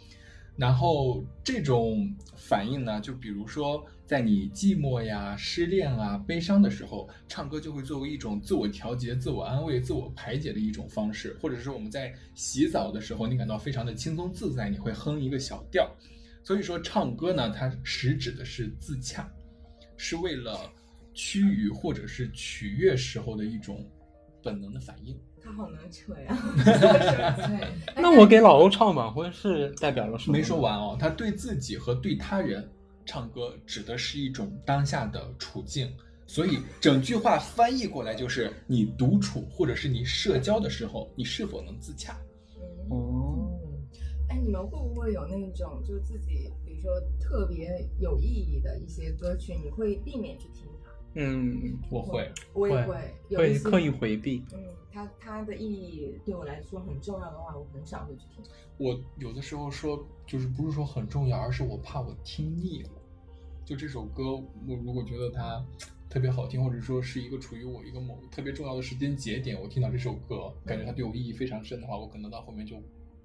S1: 然后这种反应呢，就比如说在你寂寞呀、失恋啊、悲伤的时候，唱歌就会作为一种自我调节、自我安慰、自我排解的一种方式，或者是我们在洗澡的时候，你感到非常的轻松自在，你会哼一个小调。所以说，唱歌呢，它实指的是自洽，是为了趋于或者是取悦时候的一种本能的反应。
S2: 他好能扯 呀！哎
S3: 对，
S4: 那我给老欧唱晚婚是代表了什么？
S1: 没说。完哦，他对自己和对他人唱歌指的是一种当下的处境，所以整句话翻译过来就是你独处或者是你社交的时候，你是否能自洽？
S2: 嗯，
S4: 哦，
S2: 哎，你们会不会有那种就自己，比如说特别有意义的一些歌曲，你会避免去听它？
S4: 嗯，
S1: 我会，
S2: 我也
S4: 会
S2: 会，有一
S4: 会
S2: 些
S4: 刻意。回避。
S2: 嗯，它它的意义对我来说很重要的话，我很少会去听。
S1: 我有的时候说就是不是说很重要，而是我怕我听腻了。就这首歌，我如果觉得它特别好听，或者说是一个处于我一个某特别重要的时间节点，我听到这首歌，感觉
S2: 嗯
S1: 它对我意义非常深的话，我可能到后面就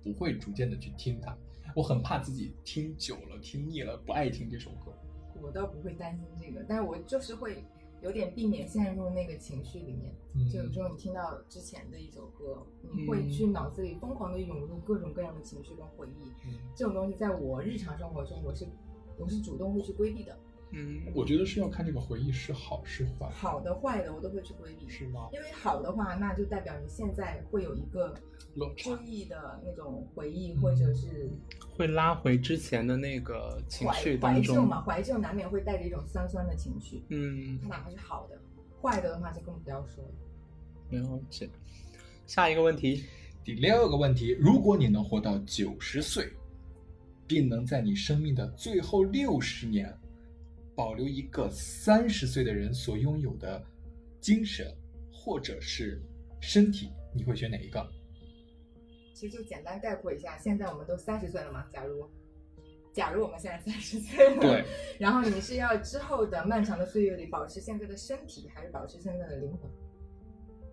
S1: 不会逐渐的去听它。我很怕自己听久了、听腻了，不爱听这首歌。
S2: 我倒不会担心这个，但是我就是会有点避免陷入那个情绪里面。
S1: 嗯，
S2: 就有时候你听到之前的一首歌，
S4: 嗯
S2: 你会去脑子里疯狂的涌入各种各样的情绪跟回忆。
S1: 嗯
S2: 这种东西在我日常生活中，我是我是主动会去规避的，
S4: 嗯，
S1: 我觉得是要看这个回忆是好是坏，
S2: 好的坏的我都会去规避。
S1: 是吗？
S2: 因为好的话，那就代表你现在会有一个
S1: 落差
S2: 注意的那种回忆，或者是
S4: 会拉回之前的那个情绪
S2: 怀
S4: 当
S2: 怀旧
S4: 中。
S2: 嘛，怀旧难免会带着一种酸酸的情绪。
S4: 嗯，
S2: 它哪怕是好的，坏的的话就更不要说了。
S4: 了解。下一个问题，
S1: 第六个问题：如果你能活到九十岁，并能在你生命的最后六十年保留一个三十岁的人所拥有的精神或者是身体，你会选哪一个？
S2: 其实就简单概括一下，现在我们都三十岁了嘛，假如。假如我们现在三十岁了，
S1: 对，
S2: 然后你是要之后的漫长的岁月里保持现在的身体，还是保持现在的灵魂、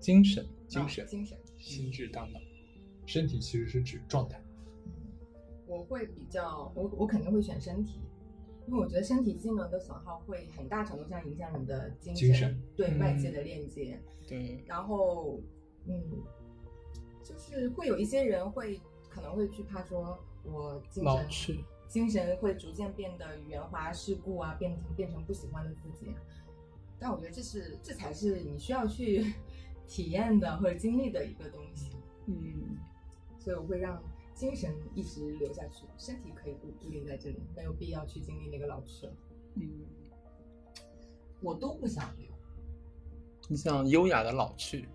S4: 精神。
S1: 精神
S2: 啊精神，
S1: 心智当脑，身体其实是指状态。
S2: 我会比较，我我肯定会选身体，因为我觉得身体机能的损耗会很大程度上影响你的精
S1: 精神
S2: 对
S4: 嗯
S2: 外界的链接。
S4: 对，
S2: 然后，嗯，就是会有一些人会可能会惧怕说，我精
S4: 老
S2: 神
S4: 去。
S2: 精神会逐渐变得圆滑世故啊，变成变成不喜欢的自己啊。但我觉得这是这才是你需要去 体验的或者经历的一个东西，
S4: 嗯，
S2: 所以我会让精神一直留下去，身体可以固固定在这里，没有必要去经历那个老去了。
S4: 嗯，
S3: 我都不想留，
S4: 你想优雅的老去。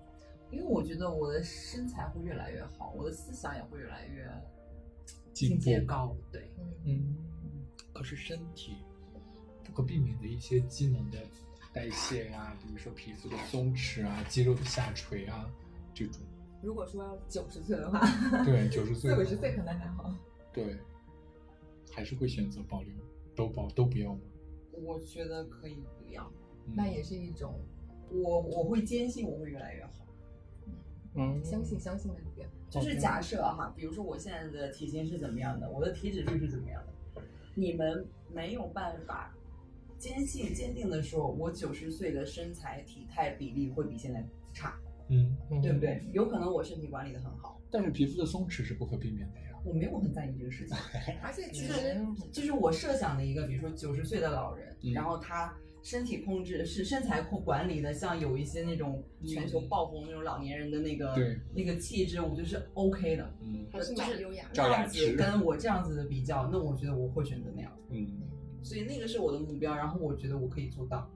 S3: 因为我觉得我的身材会越来越好，我的思想也会越来越
S1: 进步
S3: 境界高。对，
S2: 嗯，
S4: 嗯，
S1: 可是身体不可避免的一些机能的代谢啊，比如说皮肤的松弛啊、肌肉的下垂啊这种。
S2: 如果说九十岁的话，
S1: 对，九十岁嗯
S2: 四五十岁可能还好。
S1: 对，还是会选择保留，都保都不要吗？
S3: 我觉得可以不要。
S1: 嗯
S2: 那也是一种
S3: 我我会坚信我会越来越好。
S4: 嗯，
S2: 相信相信的力量。
S1: 嗯
S3: 就是假设哈，比如说我现在的体型是怎么样的，我的体脂率是怎么样的，你们没有办法坚信坚定的说，我九十岁的身材体态比例会比现在差，
S1: 嗯，
S3: 对不？对？有可能我身体管理的很好，
S1: 但是皮肤的松弛是不可避免的呀。
S3: 我没有很在意这个 事情。
S2: 而且
S4: 嗯
S2: 其
S3: 就是
S2: 实
S3: 就是我设想的一个，比如说九十岁的老人，
S1: 嗯
S3: 然后他身体控制是身材控管理的，像有一些那种全球爆红那种老年人的那个、
S1: 嗯对
S3: 那个气质，我觉得是 OK 的。
S1: 嗯
S2: 还呃是蛮优雅的。
S1: 赵
S3: 这
S1: 雅
S3: 样
S1: 芝
S3: 子跟我这样子的比较，那我觉得我会选择那样，
S1: 嗯
S3: 所以那个是我的目标，然后我觉得我可以做到。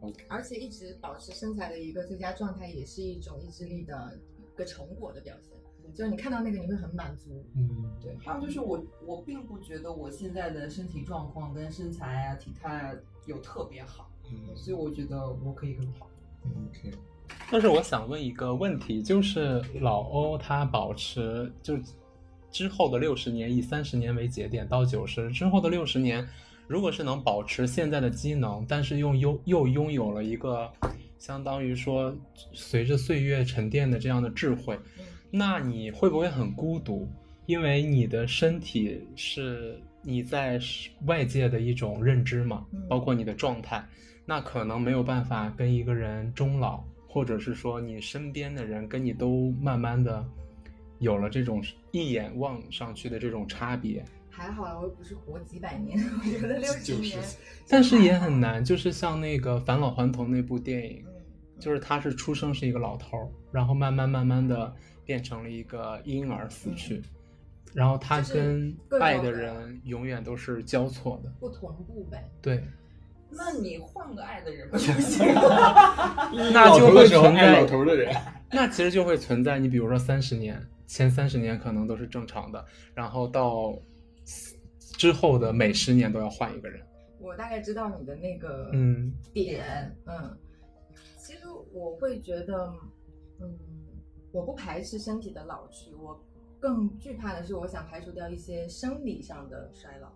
S1: ，OK，
S2: 而且一直保持身材的一个最佳状态，也是一种意志力的一个成果的表现。就是你看到那个，你会很满足。
S1: 嗯，
S2: 对，
S3: 还有就是我我并不觉得我现在的身体状况跟身材啊体态啊有特别好，
S1: 嗯
S3: 所以我觉得我可以更好。
S1: 嗯，OK，
S4: 但是我想问一个问题，就是老欧他保持就之后的六十年，以三十年为节点到九十之后的六十年，如果是能保持现在的机能，但是用又又拥有了一个相当于说随着岁月沉淀的这样的智慧，
S2: 嗯
S4: 那你会不会很孤独？因为你的身体是你在外界的一种认知嘛
S2: 嗯，
S4: 包括你的状态，那可能没有办法跟一个人终老，或者是说你身边的人跟你都慢慢的有了这种一眼望上去的这种差别，
S2: 还好啊啦，我又不是活几百年，我觉得六十
S1: 九十
S2: 年，
S1: 岁
S4: 但是也很难，就是像那个返老还童那部电影，
S2: 嗯，
S4: 就是他是出生是一个老头儿，然后慢慢慢慢的变成了一个婴儿死去，然后他跟爱的人永远都是交错的。
S2: 不同步呗。
S4: 对，
S3: 那你换个爱的人不就行
S4: 那就会存在
S1: 老头的人，
S4: 那其实就会存在你，比如说三十年前三十年可能都是正常的，然后到之后的每十年都要换一个人。
S2: 我大概知道你的那个
S4: 嗯
S2: 点，嗯，其实我会觉得，嗯，我不排斥身体的老去，我更惧怕的是，我想排除掉一些生理上的衰老。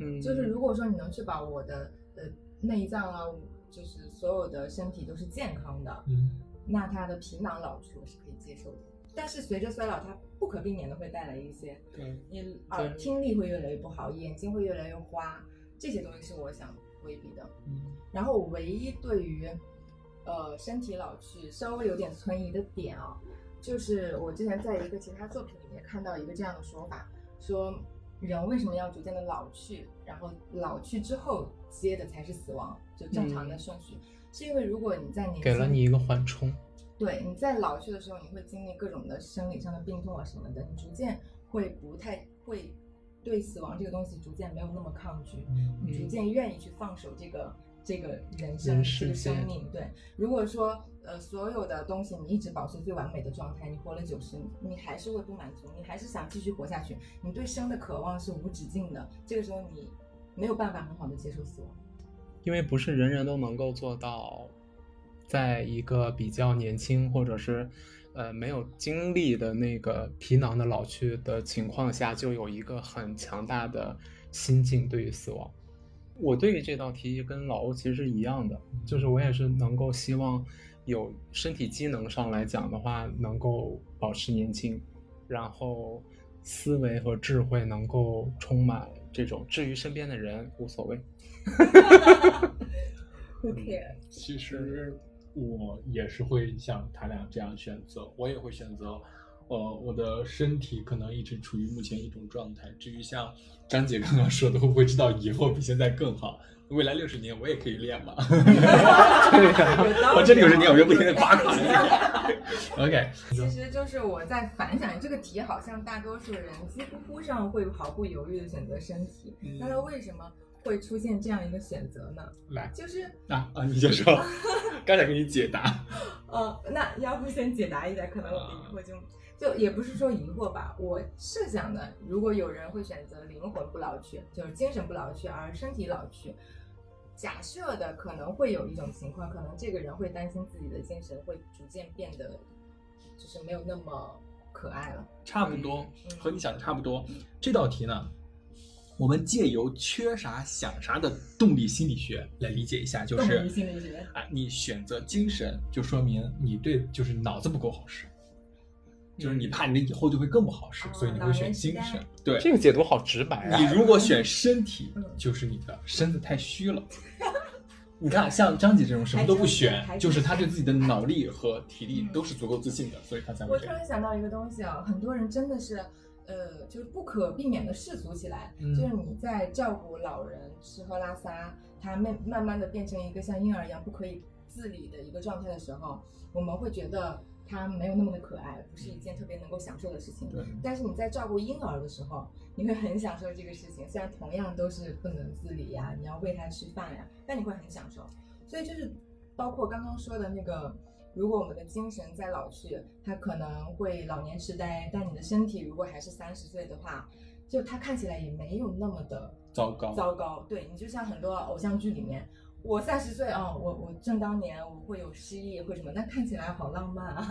S4: 嗯，
S2: 就是如果说你能去把我的呃内脏啊、就是所有的身体都是健康的，
S1: 嗯
S2: 那他的皮囊老去我是可以接受的。但是随着衰老，它不可避免的会带来一些，
S1: 对，
S2: 你耳听力会越来越不好，眼睛会越来越花，这些东西是我想规避的。
S1: 嗯
S2: 然后我唯一对于，呃，身体老去稍微有点存疑的点啊，就是我之前在一个其他作品里面看到一个这样的说法，说人为什么要逐渐的老去，然后老去之后接的才是死亡，就正常的顺序，是因为如果你在年轻
S4: 嗯给了你一个缓冲。
S2: 对，你在老去的时候，你会经历各种的生理上的病痛啊什么的，你逐渐会不太会对死亡这个东西逐渐没有那么抗拒，
S1: 嗯
S2: 你逐渐愿意去放手这个这个人
S4: 人
S2: 生这
S4: 世
S2: 个生
S4: 间
S2: 命。对，如果说呃所有的东西你一直保持最完美的状态，你活了九十，你还是会不满足，你还是想继续活下去，你对生的渴望是无止境的，这个时候你没有办法很好的接受死亡。
S4: 因为不是人人都能够做到，在一个比较年轻或者是呃没有经历的那个皮囊的老去的情况下，就有一个很强大的心境对于死亡。我对于这道题跟老欧其实是一样的，就是我也是能够希望有身体机能上来讲的话，能够保持年轻，然后思维和智慧能够充满这种。至于身边的人无所谓，
S2: 不 care。
S1: 其实我也是会像他俩这样选择，我也会选择，呃，我的身体可能一直处于目前一种状态。至于像张姐刚刚说的，会不会知道以后比现在更好？未来六十年我也可以练嘛？
S4: 对呀、
S1: 我这里有十年，我就不停的夸夸你。OK，
S2: 其实就是我在反想，这个题好像大多数人几乎乎上会毫不犹豫的选择身体，
S1: 嗯
S2: 那他为什么会出现这样一个选择呢？
S1: 来
S2: 就是
S1: 啊啊，你先说， 刚才给你解答。
S2: 呃，那要不先解答一下，可能我疑惑就就也不是说疑惑吧，我设想的，如果有人会选择灵魂不老去，就是精神不老去，而身体老去。假设的可能会有一种情况，可能这个人会担心自己的精神会逐渐变得，就是没有那么可爱了。
S1: 差不多
S2: 嗯，
S1: 和你想的差不多。这道题呢，我们借由缺啥想啥的动力心理学来理解一下，就
S2: 动
S1: 是
S2: 力心理学
S1: 啊，你选择精神，就说明你对就是脑子不够好使，就是
S2: 嗯
S1: 你怕你的以后就会更不好使，
S2: 哦
S1: 所以你会选精
S2: 老年
S1: 神。对，
S4: 这个解读好直白啊！
S1: 你如果选身体
S2: 嗯，
S1: 就是你的身子太虚 了。你看，像张姐这种什么都不选
S2: 还，真
S1: 就是她对自己的脑力和体力
S2: 嗯
S1: 都是足够自信的，所以她才会
S2: 我
S1: 这
S2: 突
S1: 样。
S2: 然想到一个东西啊，很多人真的是，呃，就是不可避免的世俗起来，
S1: 嗯
S2: 就是你在照顾老人吃喝拉撒，他慢慢慢的变成一个像婴儿一样不可以自理的一个状态的时候，我们会觉得他没有那么的可爱，不是一件特别能够享受的事情。
S1: 对，
S4: 嗯
S2: 但是你在照顾婴儿的时候，你会很享受这个事情，虽然同样都是不能自理呀、你要喂他吃饭呀、但你会很享受。所以就是包括刚刚说的那个，如果我们的精神在老去，它可能会老年痴呆，但你的身体如果还是三十岁的话，就它看起来也没有那么的
S1: 糟糕，
S2: 糟糕。对你就像很多偶像剧里面。我三十岁哦，我我正当年，我会有失忆，会什么？但看起来好浪漫啊！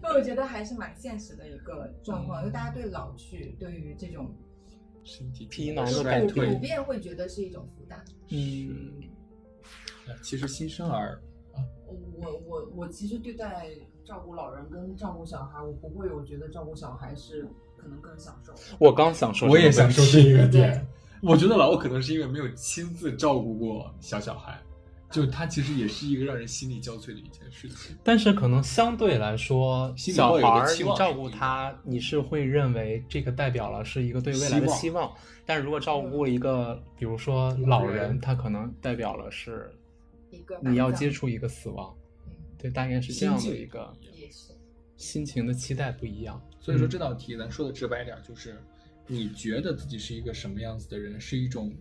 S2: 但我觉得还是蛮现实的一个状况，
S1: 嗯
S2: 就大家对老去，对于这种
S1: 身体
S4: 疲劳的
S1: 衰
S4: 感
S2: 普
S4: 觉
S1: 退
S2: 普。遍会觉得是一种负担。
S4: 嗯，
S1: 其实新生儿
S3: 我我我其实对待照顾老人跟照顾小孩，我不会，我觉得照顾小孩是可能更享受。
S4: 我刚想说，
S1: 我也想说这个
S3: 对
S1: 点。我觉得老欧可能是因为没有亲自照顾过小小孩，就他其实也是一个让人心力交瘁的一件事情。
S4: 但是可能相对来说，
S1: 心里
S4: 小
S1: 会有
S4: 孩
S1: 个
S4: 儿
S1: 期
S4: 你
S1: 望
S4: 照顾他，你是会认为这个代表了是一个对未来的
S1: 希望
S4: 希望。但如果照顾一个，比如说老人，
S1: 人
S4: 他可能代表了是
S2: 一个
S4: 你要
S2: 打造
S4: 接触一个死亡，
S2: 嗯，
S4: 对，大概是这样的一个
S1: 心境
S2: 也是。
S4: 心情的期待不一样。
S1: 所以说这道题咱说的直白点儿，就是你觉得自己是一个什么样子的人，是一种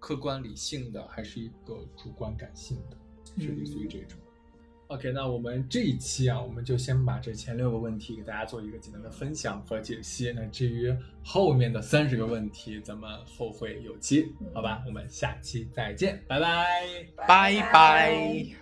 S1: 客观理性的，还是一个主观感性的，是类似于这种。OK，那我们这一期啊，我们就先把这前六个问题给大家做一个简单的分享和解析。那至于后面的三十个问题，咱们嗯后会有期，好吧？我们下期再见，拜拜。
S4: 拜拜。